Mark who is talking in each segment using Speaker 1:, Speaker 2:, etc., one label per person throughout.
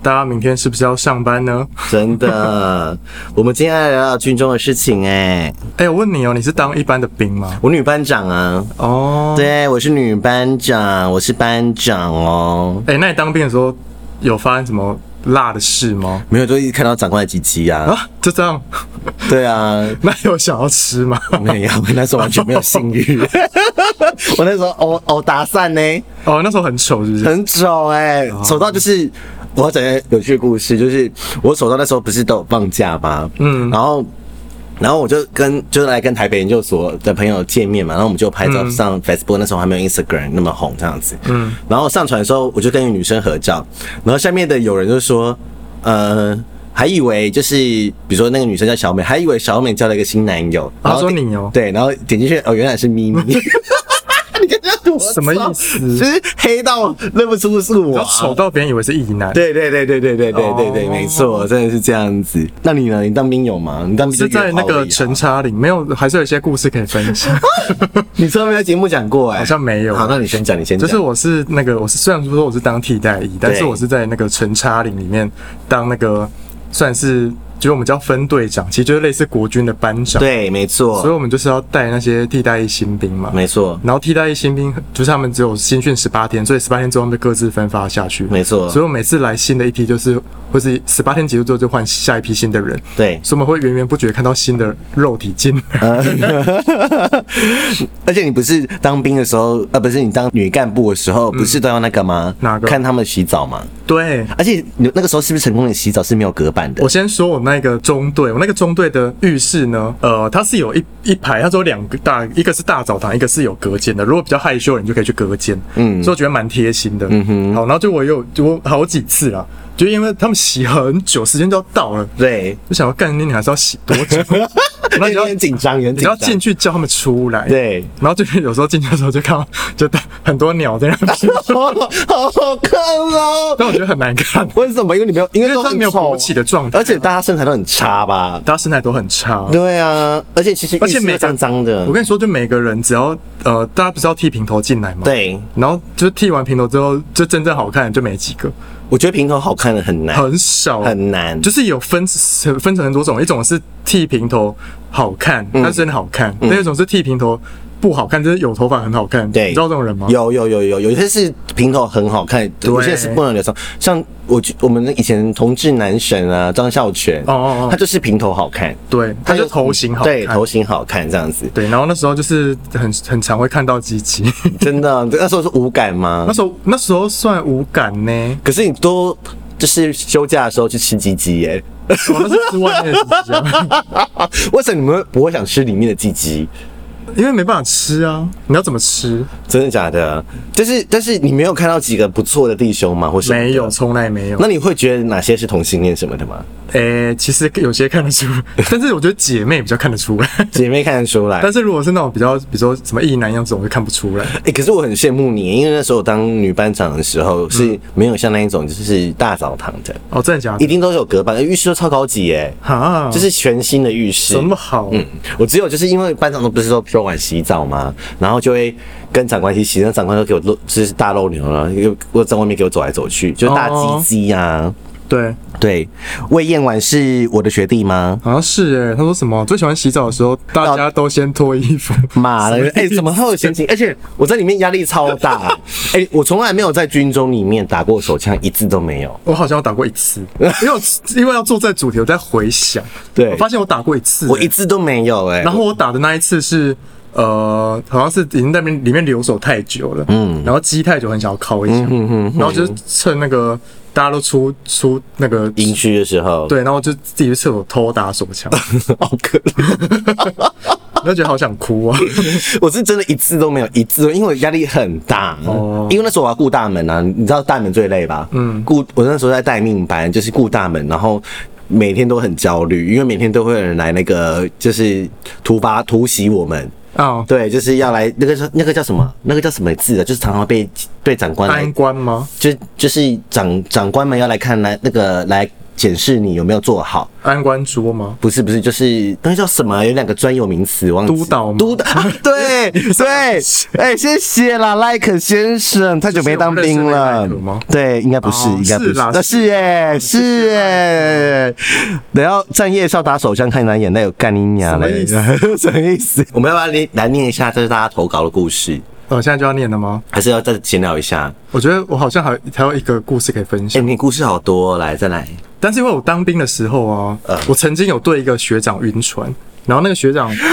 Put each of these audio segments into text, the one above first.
Speaker 1: 大家明天是不是要上班呢？
Speaker 2: 真的， 我们今天来聊聊军中的事情哎、
Speaker 1: 哎、我问你哦，你是当一般的兵吗？
Speaker 2: 我女班长啊，
Speaker 1: 哦，
Speaker 2: 对，我是女班长，我是班长哦。
Speaker 1: 哎、那你当兵的时候有发生什么辣的事吗？
Speaker 2: 没有，就一直看到长官的鸡鸡啊。
Speaker 1: 啊，就这样，
Speaker 2: 对啊，
Speaker 1: 那有想要吃吗？
Speaker 2: 没有，那时候完全没有性 欲。我那时候偶偶打散呢，
Speaker 1: 哦，那时候很丑是不是？
Speaker 2: 很丑哎、丑到就是我要讲一个有趣的故事，就是我丑到那时候不是都有放假吗？嗯，然后。然后我就跟就是来跟台北研究所的朋友见面嘛，然后我们就拍照上 Facebook，、那时候还没有 Instagram 那么红这样子。嗯，然后上传的时候我就跟一个女生合照，然后下面的有人就说，呃，还以为就是比如说那个女生叫小美，还以为小美交了一个新男友，
Speaker 1: 啊
Speaker 2: 然后
Speaker 1: 说
Speaker 2: 点
Speaker 1: 你哦
Speaker 2: 对，然后点进去哦，原来是咪咪， 你看这多
Speaker 1: 什么
Speaker 2: 糟
Speaker 1: 意思
Speaker 2: 就是黑到认不出是我、
Speaker 1: 要
Speaker 2: 啊，
Speaker 1: 丑到别人以为是异男。
Speaker 2: 对对对对对对对对对，
Speaker 1: 哦
Speaker 2: 没错，真的是这样子。那你呢？你当兵有吗？你当兵就是
Speaker 1: 在
Speaker 2: 约
Speaker 1: 那
Speaker 2: 炮而
Speaker 1: 个
Speaker 2: 已啊
Speaker 1: 陈，差里，没有，还是有一些故事可以分 享。
Speaker 2: 你从来没有在节目讲过哎，
Speaker 1: 好像没有
Speaker 2: 好，那你先讲，你先
Speaker 1: 就
Speaker 2: 讲。
Speaker 1: 是我是那个，我是虽然说我是当替代役，但是我是在那个陈差领里面当那个算是，就是我们叫分队长，其实就是类似国军的班长。，
Speaker 2: 对，没
Speaker 1: 所以
Speaker 2: 错，
Speaker 1: 我们就是要带那些替代役新兵嘛。
Speaker 2: 没错，
Speaker 1: 然后替代役新兵就是他们只有新训十八天，所以十八天之后他们就各自分发下去。
Speaker 2: 没错
Speaker 1: 所以我每次来新的一批就是，或是十八天结束之后就换下一批新的人，
Speaker 2: 对。
Speaker 1: 所以我们会源源不绝看到新的肉体进来。
Speaker 2: 呃而且你不是当兵的时候，呃，不是你当女干部的时候，不是都要那个吗？
Speaker 1: 嗯哪个
Speaker 2: 看他们洗澡吗？
Speaker 1: 对，
Speaker 2: 而且你那个时候是不是成功的洗澡是没有隔板的
Speaker 1: 我？先说我那个中队，我那个中队的浴室呢，呃，它是有一一排，它只有两个大，一个是大澡堂，一个是有隔间的。如果比较害羞的人就可以去隔间，嗯，所以我觉得蛮贴心的。嗯哼，好，然后就我有我好几次啦，就因为他们洗很久，时间就要到了，
Speaker 2: 对，
Speaker 1: 就想要干你，你还是要洗多久？ 然后
Speaker 2: 那
Speaker 1: 你
Speaker 2: 有
Speaker 1: 要
Speaker 2: 点紧张，有点
Speaker 1: 你
Speaker 2: 紧
Speaker 1: 要
Speaker 2: 张。
Speaker 1: 进去叫他们出来，。
Speaker 2: 对，
Speaker 1: 然后就是有时候进去的时候就看到，就很多鸟在那边，
Speaker 2: 好好看哦。
Speaker 1: 但我觉得很难看，
Speaker 2: 为什么？因为你没有，因为都
Speaker 1: 因为它
Speaker 2: 很
Speaker 1: 没有
Speaker 2: 丑
Speaker 1: 勃起的状态
Speaker 2: 而且大家身材都很差吧？
Speaker 1: 大家身材都很差。
Speaker 2: 对啊，而且其实
Speaker 1: 而且
Speaker 2: 浴室
Speaker 1: 每
Speaker 2: 都
Speaker 1: 个
Speaker 2: 脏脏的
Speaker 1: 我，跟你说，就每个人只要呃，大家不是要剃平头进来吗？。
Speaker 2: 对，
Speaker 1: 然后就剃完平头之后，就真正好看的就没几 个，
Speaker 2: 我觉得平头好看的很难，
Speaker 1: 很少，
Speaker 2: 很难，
Speaker 1: 就是是有分分成很多种，一种是剃平头好看，
Speaker 2: 嗯
Speaker 1: 但是真的好看；，另、一种是剃平头不好看，就是有头发很好看。
Speaker 2: 对，
Speaker 1: 你知道这种人吗？
Speaker 2: 有有有有，有些是平头很好看，有些是不能留长。像我觉我们以前同志男神啊，张孝全，
Speaker 1: 哦哦哦
Speaker 2: 他就是平头好看，
Speaker 1: 对，他就头型好看，
Speaker 2: 对，头型好看这样子，
Speaker 1: 对然后那时候就是很很常会看到鸡鸡，
Speaker 2: 真的，啊那时候是无感吗
Speaker 1: 那？时候那时候算无感呢，
Speaker 2: 可是你都就是休假的时候去吃鸡鸡耶，
Speaker 1: 我哦那是吃外面的鸡鸡 啊，
Speaker 2: 为什么你们不会想吃里面的鸡鸡？
Speaker 1: 因为没办法吃啊，你要怎么吃？
Speaker 2: 真的假的？就是但是你没有看到几个不错的弟兄吗？或是
Speaker 1: 没有，？从来没有。
Speaker 2: 那你会觉得哪些是同性恋什么的吗？
Speaker 1: 诶、其实有些看得 出，但是我觉得姐妹比较看得出来。
Speaker 2: 姐妹看得出来。
Speaker 1: 但是如果是那种比较，比如说什么异男样子，我就看不出来。
Speaker 2: 哎、可是我很羡慕你，因为那时候我当女班长的时候
Speaker 1: 嗯
Speaker 2: 是没有像那一种就是大澡堂的，
Speaker 1: 哦，真的假
Speaker 2: 一
Speaker 1: 的？
Speaker 2: 定都有隔板，浴室都超高级耶、
Speaker 1: 啊，
Speaker 2: 就是嗯全新的浴室
Speaker 1: 怎。么好？
Speaker 2: 我只有就是因为班长都不是说说晚洗澡嘛，然后就会跟长官一起洗，那长官都给我露就是大露牛了，又我在外面给我走来走去，就大
Speaker 1: 哦
Speaker 2: 鸡鸡啊。
Speaker 1: 对，
Speaker 2: 对，魏燕婉是我的学弟吗？
Speaker 1: 好像是诶、他说什么最喜欢洗澡的时候，大家都先脱衣服。
Speaker 2: 妈了，哎、怎么会有闲情？而且我在里面压力超 大，哎、我从来没有在军中里面打过手枪，一次都没有。
Speaker 1: 我好像有打过一次，因为我因为要做这个主题，我在回想，
Speaker 2: 对
Speaker 1: 我发现我打过一次、
Speaker 2: 我一，次都没有哎、
Speaker 1: 然后我打的那一次是。呃，好像是已经在那边里面留守太久了，嗯，然后鸡太久很想要靠一下，然后就是趁那个大家都出出那个
Speaker 2: 营区的时候，，
Speaker 1: 对，然后就自己去厕所偷打手枪，
Speaker 2: 好可怜，
Speaker 1: 我就觉得好想哭啊。
Speaker 2: 我是真的一次都没有，一次都，因为我压力很大。嗯
Speaker 1: 哦
Speaker 2: 因为那时候我要顾大门啊，你知道大门最累吧？嗯，顾我那时候在待命班，就是顾大门，然后。每天都很焦虑，因为每天都会有人来那个就是突发突袭我们。
Speaker 1: 哦，
Speaker 2: 对，就是要来那个是那个叫什么？那个叫什么字啊？就是常常被被长官来
Speaker 1: 安官吗？
Speaker 2: 就就是长长官们要来看来那个来检视你有没有做好，
Speaker 1: 安官桌吗？
Speaker 2: 不是不是，就是那个叫什么？有两个专有名词，忘记
Speaker 1: 督导吗
Speaker 2: 督导， 啊 对对，哎、谢谢啦，赖可先生，太久没当兵
Speaker 1: 是我
Speaker 2: 了
Speaker 1: 认识的赖可吗，
Speaker 2: 对，应该不是，
Speaker 1: 哦
Speaker 2: 应该不
Speaker 1: 是啦
Speaker 2: 那是耶是耶，然后站夜校打手枪，看男眼泪有干你娘嘞，
Speaker 1: 什
Speaker 2: 什么意思？我们要不要来来念一下，这是大家投稿的故事，
Speaker 1: 呃，现在就要念了吗？
Speaker 2: 还是要再闲聊一下？
Speaker 1: 我觉得我好像还有还有一个故事可以分
Speaker 2: 哎、
Speaker 1: 享，
Speaker 2: 你故事好多、哦，来再来。
Speaker 1: 但是因为我当兵的时候啊，
Speaker 2: 嗯
Speaker 1: 我曾经有对一个学长晕船，然后那个学长，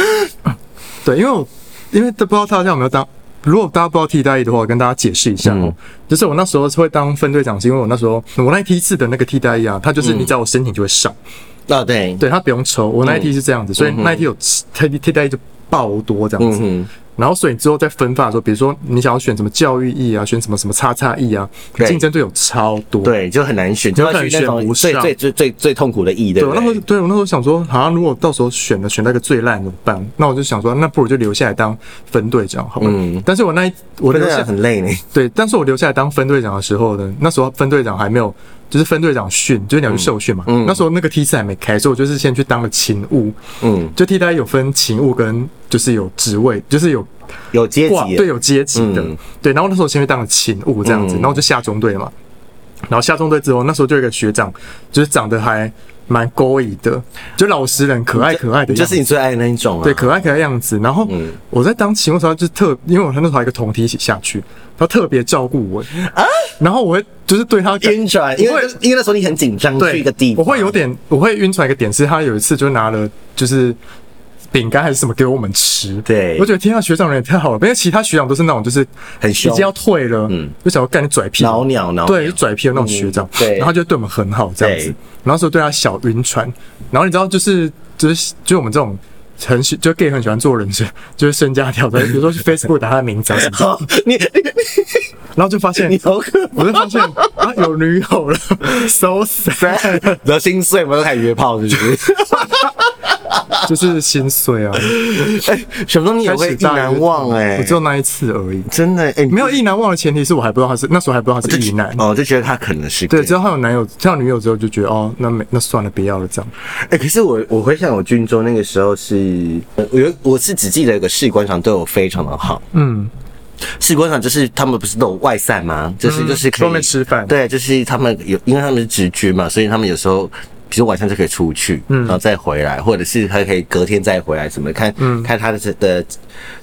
Speaker 1: 对，因为我因为都不知道他好像有没有当，如果大家不知道替代役的话，我跟大家解释一下哦、
Speaker 2: 嗯
Speaker 1: 就是我那时候是会当分队长，是因为我那时候我那一梯次的那个替代役啊，他就是你只要我申请就会上，
Speaker 2: 啊、对，
Speaker 1: 对他不用抽，我那一梯是这样子，所以那一梯有替替代役就爆多这样子。
Speaker 2: 嗯
Speaker 1: 然后所以你之后在分发的时候，比如说你想要选什么教育役啊，选什么什么叉叉役啊，
Speaker 2: 对
Speaker 1: 竞争对手超多。
Speaker 2: 哼，对，就很难选，就
Speaker 1: 有可
Speaker 2: 要
Speaker 1: 能
Speaker 2: 选那
Speaker 1: 选
Speaker 2: 种
Speaker 1: 不
Speaker 2: 最
Speaker 1: 上
Speaker 2: 最最最最痛苦的 E 对
Speaker 1: 对，
Speaker 2: 不
Speaker 1: 我
Speaker 2: 对
Speaker 1: 那时候对我那时候想说，好像如果到时候选了选到一个最烂怎么办？那我就想说，那不如就留下来当分队长好了。
Speaker 2: 嗯
Speaker 1: 但是我那一我
Speaker 2: 真
Speaker 1: 留
Speaker 2: 的
Speaker 1: 下
Speaker 2: 很累呢。
Speaker 1: 对，但是我留下来当分队长的时候呢，那时候分队长还没有，就是分队长训，就是你要去受训嘛。那时候那个梯次还没开，所以我就是先去当了勤务。
Speaker 2: 嗯，
Speaker 1: 就替代有分勤务跟就是有职位，就是有
Speaker 2: 有阶
Speaker 1: 挂
Speaker 2: 级，
Speaker 1: 对，有阶级的，
Speaker 2: 嗯
Speaker 1: 对。然后那时候先去当了勤务这样子，
Speaker 2: 嗯
Speaker 1: 然后就下中队了嘛。然后下中队之后，那时候就有一个学长，就是长得还蛮勾引的，就老实人，可爱可爱的样子，
Speaker 2: 就是你最爱的那一种啊。
Speaker 1: 对可爱可爱的样子。然后
Speaker 2: 嗯
Speaker 1: 我在当勤务的时候，他就特因为我那时候还有一个同梯一起下去，他特别照顾我啊。然后我会就是对他感
Speaker 2: 晕船，因为
Speaker 1: 我会
Speaker 2: 因为那时候你很紧张，去一个地方，
Speaker 1: 我会有点，我会晕船一个点是，他有一次就拿了就是饼干还是什么给我们吃，
Speaker 2: 对
Speaker 1: 我觉得天啊，学长人也太好了，因为其他学长都是那种就是
Speaker 2: 很
Speaker 1: 已
Speaker 2: 凶
Speaker 1: 经要退了，
Speaker 2: 嗯
Speaker 1: 就想要干你拽屁，
Speaker 2: 挠鸟挠鸟啊
Speaker 1: 对，拽屁的那种学长，
Speaker 2: 嗯对
Speaker 1: 然后他就对我们很好这样子
Speaker 2: 对，
Speaker 1: 然后说对他小晕船，然后你知道就是就是就是我们这种。很喜就 gay 很喜欢做人是就是身家调查，比如说去 Facebook 打他的名字啊什么，
Speaker 2: 好， 你你
Speaker 1: 然后就发现
Speaker 2: 你，好可
Speaker 1: 我就发现啊有女友了，so sad。
Speaker 2: 怕，然后心碎，我们都开始约炮，是 不是？
Speaker 1: 就是心碎啊，
Speaker 2: 哎，小时候你也会
Speaker 1: 开始
Speaker 2: 意
Speaker 1: 大
Speaker 2: 难忘哎
Speaker 1: 我，只有那一次而已。
Speaker 2: 真的哎，
Speaker 1: 没有意难忘的前提是我还不知道他是那时候还不知道他是意难。
Speaker 2: 哦，就觉得他可能是
Speaker 1: 对，
Speaker 2: gay
Speaker 1: 之后他有男友，他有女友之后就觉得哦，那没那算了，不要了这样。
Speaker 2: 哎、可是我我回想我军中那个时候是，呃我有我是只记得有个士官长对我非常的好。
Speaker 1: 嗯，
Speaker 2: 士官长就是他们不是都有外散吗？就是、
Speaker 1: 嗯
Speaker 2: 就是可以
Speaker 1: 专门吃饭
Speaker 2: 对，就是他们有，因为他们是直军嘛，所以他们有时候。比如晚上就可以出去，
Speaker 1: 嗯
Speaker 2: 然后再回来，或者是他可以隔天再回来，什么看、看他的的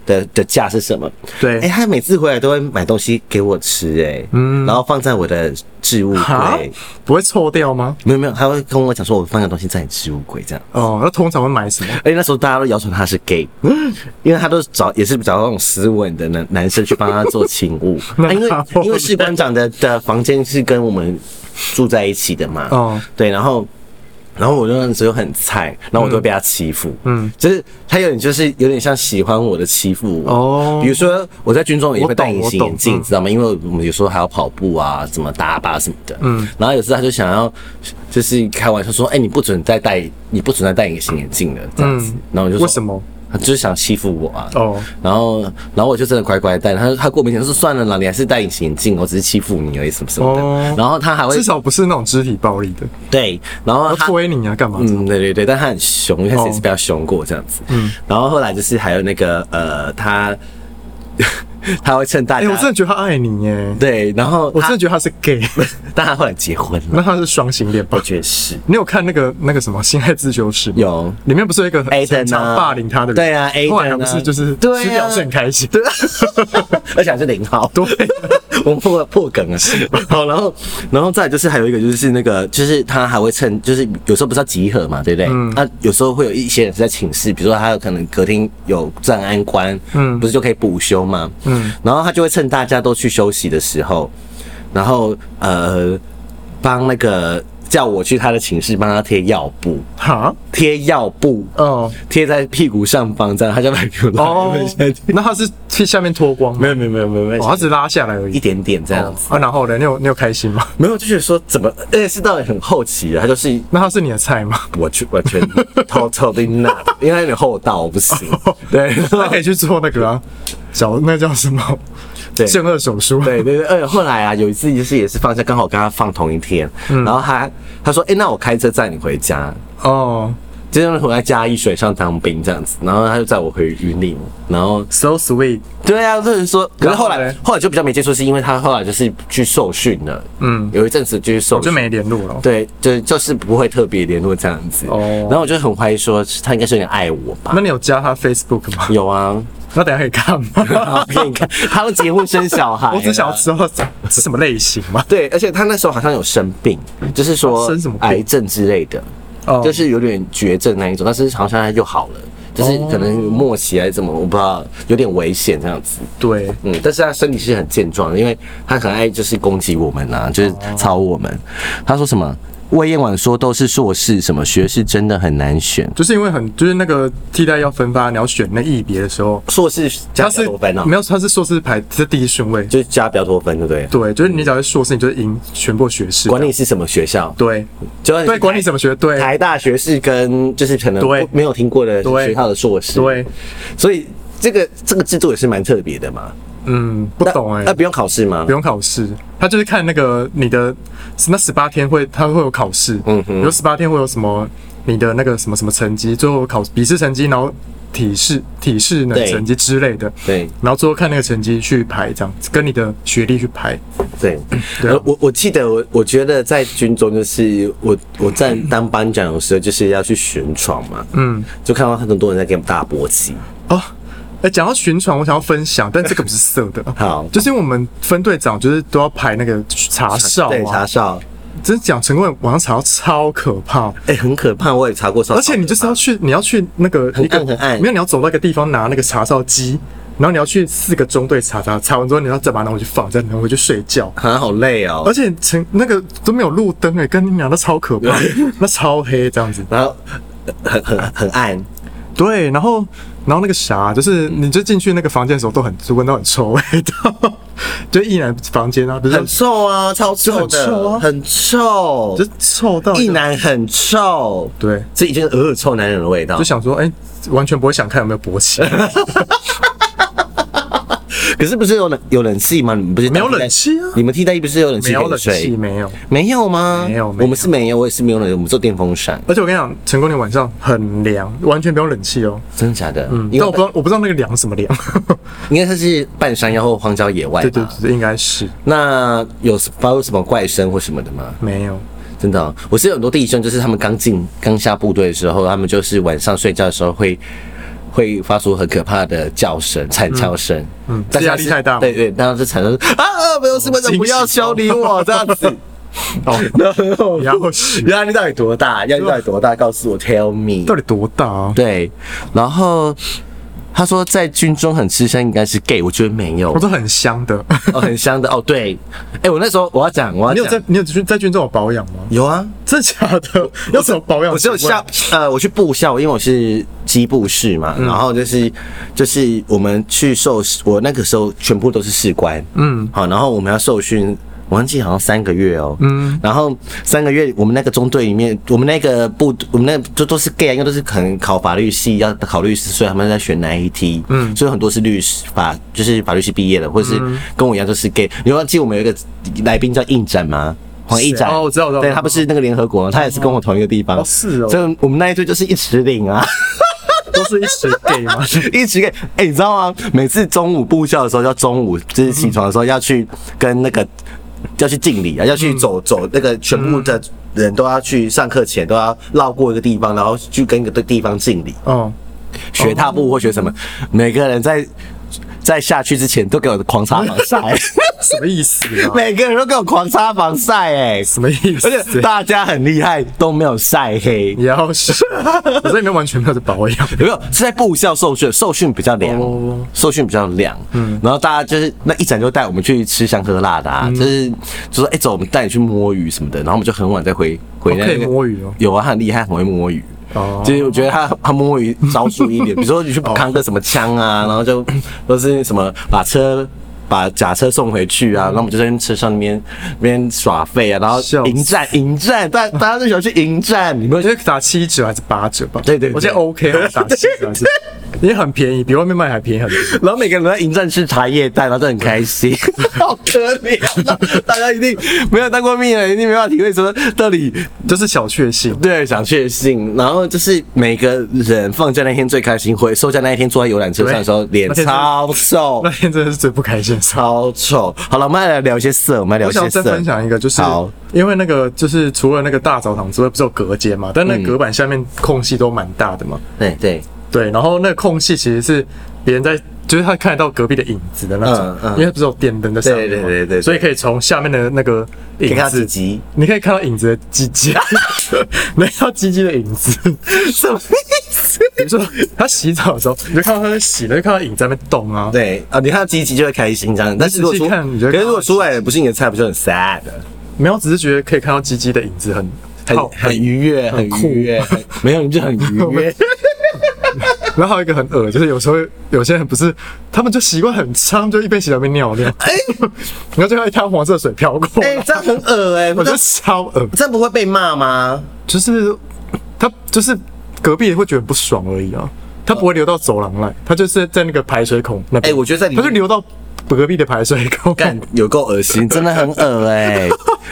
Speaker 2: 的的价是什么？
Speaker 1: 嗯对
Speaker 2: 哎、他每次回来都会买东西给我吃、哎，嗯，然后放在我的置物
Speaker 1: 哈
Speaker 2: 柜，，
Speaker 1: 不会臭掉吗？
Speaker 2: 没有没有，他会跟我讲说，我放个东西在你置物柜这样。
Speaker 1: 哦，那通常会买什么？
Speaker 2: 而且那时候大家都谣传他是 gay，因为 他都找也是找那种斯文的男男生去帮他做勤务，
Speaker 1: 那
Speaker 2: 啊因为
Speaker 1: 好嘞
Speaker 2: 因为士官长的的房间是跟我们住在一起的嘛，
Speaker 1: 哦
Speaker 2: 对，然后。然后我就那时候很菜，然后我都会被他欺负，嗯，就是他有点就是有点像喜欢我的欺负我，
Speaker 1: 哦
Speaker 2: 比如说我在军中也会戴隐
Speaker 1: 我懂
Speaker 2: 形
Speaker 1: 我懂
Speaker 2: 眼镜，
Speaker 1: 嗯
Speaker 2: 知道吗？因为我们有时候还要跑步啊，怎么打靶什么的，嗯，然后有时候他就想要就是开玩笑说，哎，你不准再戴，你不准再戴隐形眼镜了，这样子，然后我就
Speaker 1: 嗯
Speaker 2: 说
Speaker 1: 为什么？
Speaker 2: 他就是想欺负我啊。
Speaker 1: 哦
Speaker 2: 然后，然后我就真的乖乖戴。他他过明天说算了啦，你还是戴隐形眼镜，我只是欺负你而已，什么什么的。
Speaker 1: 哦
Speaker 2: 然后他还会
Speaker 1: 至少不是那种肢体暴力的，
Speaker 2: 对，然后
Speaker 1: 要
Speaker 2: 他
Speaker 1: 推你啊，干嘛？
Speaker 2: 嗯，对对对，但他很凶，一开始也
Speaker 1: 哦
Speaker 2: 是比较凶过这样子。嗯，然后后来就是还有那个呃，他 他会趁大
Speaker 1: 哎，
Speaker 2: 家、
Speaker 1: 我真的觉得他爱你耶，
Speaker 2: 对，然后
Speaker 1: 我真
Speaker 2: 他
Speaker 1: 的觉得他是 gay，
Speaker 2: 但他后来结婚了，
Speaker 1: 那他是双性恋吧
Speaker 2: 我？觉得是
Speaker 1: 你有看那个那个什么《性爱自修室》吗？
Speaker 2: 有
Speaker 1: 里面不是有一个
Speaker 2: Aiden 啊
Speaker 1: 很常霸凌他的人？
Speaker 2: 对啊，Aiden 啊
Speaker 1: 后来还不是就是
Speaker 2: 对啊
Speaker 1: 吃掉是很开心。
Speaker 2: 对，啊而且还是零号，
Speaker 1: 对，
Speaker 2: 我们破破梗了。好，然后然后再来就是还有一个就是那个就是他还会趁就是有时候不是要集合嘛，对不对？那、有时候会有一些人是在寝室，比如说他有可能隔天有站安官，嗯，不是就可以补休嘛，嗯，然后他就会趁大家都去休息的时候，然后呃帮那个叫我去他的寝室帮他贴药布，
Speaker 1: 哈，
Speaker 2: 贴药布。
Speaker 1: 哦
Speaker 2: 贴在屁股上方，这样他就把屁股拉
Speaker 1: 哦
Speaker 2: 下去。，
Speaker 1: 那他是去下面脱光吗？
Speaker 2: 没有没有没有没有没有，
Speaker 1: 哦，他只是拉下来而
Speaker 2: 一
Speaker 1: 已。
Speaker 2: 点点这样子。
Speaker 1: 啊，然后呢？你有你有开心吗？
Speaker 2: 没有，就是说怎么，而且是到很后期了，啊他就是
Speaker 1: 那他是你的菜 吗？
Speaker 2: 我去完全 totally not，因为他有点厚道，我不行。对
Speaker 1: 他可以去做那个啊，小那叫什么？
Speaker 2: 对
Speaker 1: 正二手书。啊
Speaker 2: 对对对，而且后来啊，有一次就是也是放假，刚好跟他放同一天，然后他他说，哎、那我开车载你回家，
Speaker 1: 哦
Speaker 2: 就是回来嘉义水上当兵这样子，然后他就载我回云林，然后
Speaker 1: ，so sweet。
Speaker 2: 对啊，就是说，可是后
Speaker 1: 然
Speaker 2: 来
Speaker 1: 后嘞
Speaker 2: 后来就比较没接触，是因为他后来就是去受训了，嗯，有一阵子就去受
Speaker 1: 我就
Speaker 2: 训。
Speaker 1: 没联络了。
Speaker 2: 对，就就是不会特别联络这样子，
Speaker 1: 哦
Speaker 2: 然后我就很怀疑说他应该是有点爱我吧
Speaker 1: 那。你有加他 Facebook 吗？
Speaker 2: 有啊，
Speaker 1: 那等一下可以看吗？
Speaker 2: 然后给你看，他都结婚生小孩了，啊
Speaker 1: 我只想知道是什么类型嘛。
Speaker 2: 对，而且他那时候好像有生病，就是说
Speaker 1: 哦生什么病
Speaker 2: 癌症之类的，
Speaker 1: 哦
Speaker 2: 就是有点绝症那一种，但是好像他就好了，就是
Speaker 1: 哦
Speaker 2: 可能末期还是怎么，我不知道，有点危险这样子。
Speaker 1: 对，
Speaker 2: 嗯，但是他身体是很健壮的，因为他很爱就是攻击我们啊，就是操我们。他说什么？魏燕婉说都是硕士，什么学士真的很难选。
Speaker 1: 就是因为很就是那个替代要分发，你要选那异别的时候，
Speaker 2: 硕士加
Speaker 1: 他
Speaker 2: 比较
Speaker 1: 是
Speaker 2: 多分啊
Speaker 1: 没，有他是硕士排是第一顺位。
Speaker 2: 就是加比较多分，对不对？
Speaker 1: 对，就是你只要是硕士，你就是赢全部学士。
Speaker 2: 管你是什么学校，
Speaker 1: 对
Speaker 2: 就算你
Speaker 1: 对，管你什么学对
Speaker 2: 台大学士跟就是可能
Speaker 1: 对
Speaker 2: 不没有听过的
Speaker 1: 对
Speaker 2: 学校的硕士，
Speaker 1: 对，
Speaker 2: 所以这个这个制度也是蛮特别的嘛。
Speaker 1: 嗯，不
Speaker 2: 那
Speaker 1: 懂哎、
Speaker 2: 那不用考试吗
Speaker 1: 不？用考试，他就是看那个你的那十八天会，他会有考试，嗯哼，有十八天会有什么你的那个什么什么成绩，最后考笔试成绩，然后体试体试能
Speaker 2: 对
Speaker 1: 成绩之类的，
Speaker 2: 对
Speaker 1: 然后最后看那个成绩去排，这样子跟你的学历去排，
Speaker 2: 对，
Speaker 1: 对啊
Speaker 2: 呃我我记得我我觉得在军中就是我我在当班长的时候就是要去巡闯嘛，嗯，就看到很多人在给我们大波气，
Speaker 1: 哦，哎，讲到巡床，我想要分享，但这个不是色的。
Speaker 2: 好
Speaker 1: 就是因为我们分队长就是都要排那个查哨
Speaker 2: 对查
Speaker 1: 啊，
Speaker 2: 哨，
Speaker 1: 真讲陈冠晚上查哨超可怕，
Speaker 2: 哎、很可怕，我也查过哨，
Speaker 1: 而且你就是要去，你要去那个一个
Speaker 2: 很暗很暗
Speaker 1: 没有你要走到一个地方拿那个查哨机，然后你要去四个中队查查，查完之后你要再把它拿回去放，再拿回去睡觉。
Speaker 2: 好像好累哦
Speaker 1: 而，且陈那个都没有路灯哎、跟你讲那超可 怕，那超黑这样子。
Speaker 2: 然后很很很暗，
Speaker 1: 对，然后然后那个啥，就是你就进去那个房间的时候都很就闻到很臭味道， 就一男房间啊，不是
Speaker 2: 很臭啊，超臭
Speaker 1: 就
Speaker 2: 的，
Speaker 1: 很臭啊
Speaker 2: 很臭
Speaker 1: 就臭到
Speaker 2: 一男很臭，
Speaker 1: 对，
Speaker 2: 这已经是恶臭男人的味道
Speaker 1: 就。想说哎、完全不会想看有没有勃 起，
Speaker 2: 可是不是有冷有冷气吗？你们不是
Speaker 1: 没有冷气啊
Speaker 2: 你们替代役不是有冷气
Speaker 1: 没有
Speaker 2: 可以
Speaker 1: 冷
Speaker 2: 吹？
Speaker 1: 气啊没有。
Speaker 2: 没有吗？
Speaker 1: 没有没有
Speaker 2: 我们是没有，我也是没有冷气，我们做电风扇，
Speaker 1: 而且我跟你讲，成功的晚上很凉，完全不用冷气哦。
Speaker 2: 真的假的？嗯
Speaker 1: 但
Speaker 2: 因为
Speaker 1: 我不知道，我不知道那个凉什 么凉。
Speaker 2: 应该它是半山腰或荒郊野外
Speaker 1: 对
Speaker 2: 吧。
Speaker 1: 对对，应该是
Speaker 2: 那有发出什么怪声或什么的吗？
Speaker 1: 没有。
Speaker 2: 真的哦、我是有很多弟兄，就是他们刚进刚下部队的时候，他们就是晚上睡觉的时候会。会发出很可怕的叫声、惨叫声，嗯
Speaker 1: 这压力太大吗
Speaker 2: 对对，然后就惨叫声啊啊！没有事，班长不要修理我这样子。
Speaker 1: 哦，
Speaker 2: 然后
Speaker 1: 要死
Speaker 2: 压力到底多大？压力到底多大？告诉我，Tell me
Speaker 1: 到。底多大啊？
Speaker 2: 对，然后他说在军中很吃香，应该是 gay，我觉得没有
Speaker 1: 我，都很香的。
Speaker 2: 哦，很香的哦。对，哎，我那时候我要讲，我
Speaker 1: 你
Speaker 2: 要
Speaker 1: 有
Speaker 2: 讲
Speaker 1: 在，你有去在军中有保养吗？
Speaker 2: 有啊，
Speaker 1: 真的假的？要怎么保养？
Speaker 2: 我只有下呃，我去部校，因为我是机部室嘛，
Speaker 1: 嗯
Speaker 2: 然后就是就是我们去受，我那个时候全部都是士官，嗯，好，然后我们要受训。我忘记好像三个月哦，嗯，然后三个月，我们那个中队里面，我们那个部，我们那就都是 gay，啊因为都是可能考法律系要考律师，所以他们在选哪一梯，嗯，所以很多是律师法，就是法律系毕业的，或者是
Speaker 1: 嗯
Speaker 2: 跟我一样都是 gay。你忘记我们有一个来宾叫应展吗？黄应展，
Speaker 1: 谁哦我知道我知道
Speaker 2: 对他不是那个联合国，他也是跟我同一个地方，
Speaker 1: 哦是哦
Speaker 2: 所以我们那一队就是一尺领啊，
Speaker 1: 都是一尺 gay 吗？
Speaker 2: 一直给哎、你知道吗？每次中午部校的时候，要中午就是起床的时候要去跟那个要去敬礼啊，要去
Speaker 1: 嗯
Speaker 2: 走走那个全部的人都要去上课前都要绕过一个地方，然后去跟一个地方敬礼，
Speaker 1: 哦，
Speaker 2: 学踏步或学什么，每个人在在下去之前都给我狂擦防 晒，
Speaker 1: 什么意思啊？
Speaker 2: 每个人都给我狂擦防晒哎、
Speaker 1: 什么意思？
Speaker 2: 而且大家很厉害，都没有晒黑。
Speaker 1: 你要 是，我这里面完全没有在保养。
Speaker 2: 有没有是在部校受训？受训比较凉
Speaker 1: 哦，
Speaker 2: 受训比较凉。嗯，然后大家就是那一展就带我们去吃香喝辣的，
Speaker 1: 嗯
Speaker 2: 啊，就是就说哎、走，我们带你去摸鱼什么的。然后我们就很晚再回回
Speaker 1: 哦
Speaker 2: 那
Speaker 1: 可以
Speaker 2: 个
Speaker 1: 摸鱼哦
Speaker 2: 有啊，他很厉害，很会摸鱼。哦，就是我觉得他他摸鱼招数一 点，比如说你去扛个什么枪
Speaker 1: 哦
Speaker 2: 啊，然后就都是什么把车。把假车送回去啊，然后我们就在车上那边那边耍废啊，然后
Speaker 1: 嗯笑死
Speaker 2: 迎战迎战，大大家都喜欢去迎战，你
Speaker 1: 我
Speaker 2: 们
Speaker 1: 觉得打七折还是八折吧？
Speaker 2: 对对对
Speaker 1: 我觉得 OK，好像打七折 还是也很便宜，比外面卖还便宜很多。
Speaker 2: 然后每个人都在迎战吃茶叶蛋，然后都很开 心，好可怜、啊，大家一定没有当过兵的，一定没办法体会说到底
Speaker 1: 就是小确幸。
Speaker 2: 对想确信，然后就是每个人放假那天最开心，回收假那一天坐在游览车上的时候，脸
Speaker 1: 而且是
Speaker 2: 超瘦
Speaker 1: 那。天真的是最不开心的时候。
Speaker 2: 超丑。好了，我们来聊一些色，我们来聊
Speaker 1: 我
Speaker 2: 一些
Speaker 1: 想再
Speaker 2: 色。
Speaker 1: 分享一个，就是
Speaker 2: 好
Speaker 1: 因为那个就是除了那个大澡堂之外，不是有隔间嘛？但那
Speaker 2: 嗯
Speaker 1: 个隔板下面空隙都蛮大的嘛。
Speaker 2: 对对，
Speaker 1: 对，然后那个空隙其实是别人在，就是他看得到隔壁的影子的那种，
Speaker 2: 嗯嗯
Speaker 1: 因为不是有电灯在上面嘛，
Speaker 2: 对对对对对
Speaker 1: 所以可以从下面的那个
Speaker 2: 可以
Speaker 1: 影
Speaker 2: 看到
Speaker 1: 子
Speaker 2: 几，集？
Speaker 1: 你可以看到影子的鸡鸡， 没看到鸡鸡的影子。
Speaker 2: 什么意思？
Speaker 1: 比如说他洗澡的时候，你就看到他在洗，然后就看到影子在那边动啊。
Speaker 2: 对啊，你看到积极就会开心这样，但是如果
Speaker 1: 你仔
Speaker 2: 出，
Speaker 1: 细看你就会
Speaker 2: 可是如
Speaker 1: 看
Speaker 2: 果
Speaker 1: 到
Speaker 2: 出来不是你的菜，不是很 sad，
Speaker 1: 没有，只是觉得可以看到鸡鸡的影子很
Speaker 2: 很
Speaker 1: 好
Speaker 2: 很愉悦，很
Speaker 1: 酷
Speaker 2: 愉悦，很没有你就很愉 悦。
Speaker 1: 然后还有一个很恶，就是有时候有些人不是，他们就习惯很差，他们就一边洗澡一边尿尿，
Speaker 2: 哎
Speaker 1: 然后就看到一滩黄色的水飘过来，
Speaker 2: 哎，这样很恶哎，
Speaker 1: 我觉
Speaker 2: 我觉
Speaker 1: 得
Speaker 2: 得
Speaker 1: 超恶，
Speaker 2: 这不会被骂吗？
Speaker 1: 就是他就是隔壁会觉得很不爽而已啊，他不会流到走廊来，他就是在那个排水孔那边，
Speaker 2: 哦哎我觉得在里
Speaker 1: 他
Speaker 2: 面
Speaker 1: 就流到隔壁的排水孔，
Speaker 2: 干有够恶心，真的很恶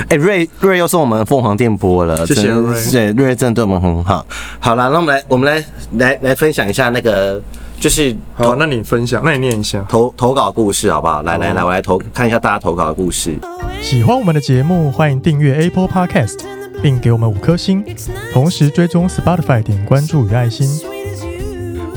Speaker 2: 哎、哎、瑞瑞又送我们凤凰电波了，
Speaker 1: 谢谢
Speaker 2: 真的是对瑞真的对我们很好。好啦，那我们来我们来来来分享一下那个就是
Speaker 1: 好，哦那你分享，那你念一下。
Speaker 2: 投投稿故事好不好？来来来，我来投看一下大家投稿的故事。
Speaker 1: 喜欢我们的节目，欢迎订阅 Apple Podcast，并给我们五颗星，同时追踪 Spotify 点关注与爱心。
Speaker 3: sweet as you.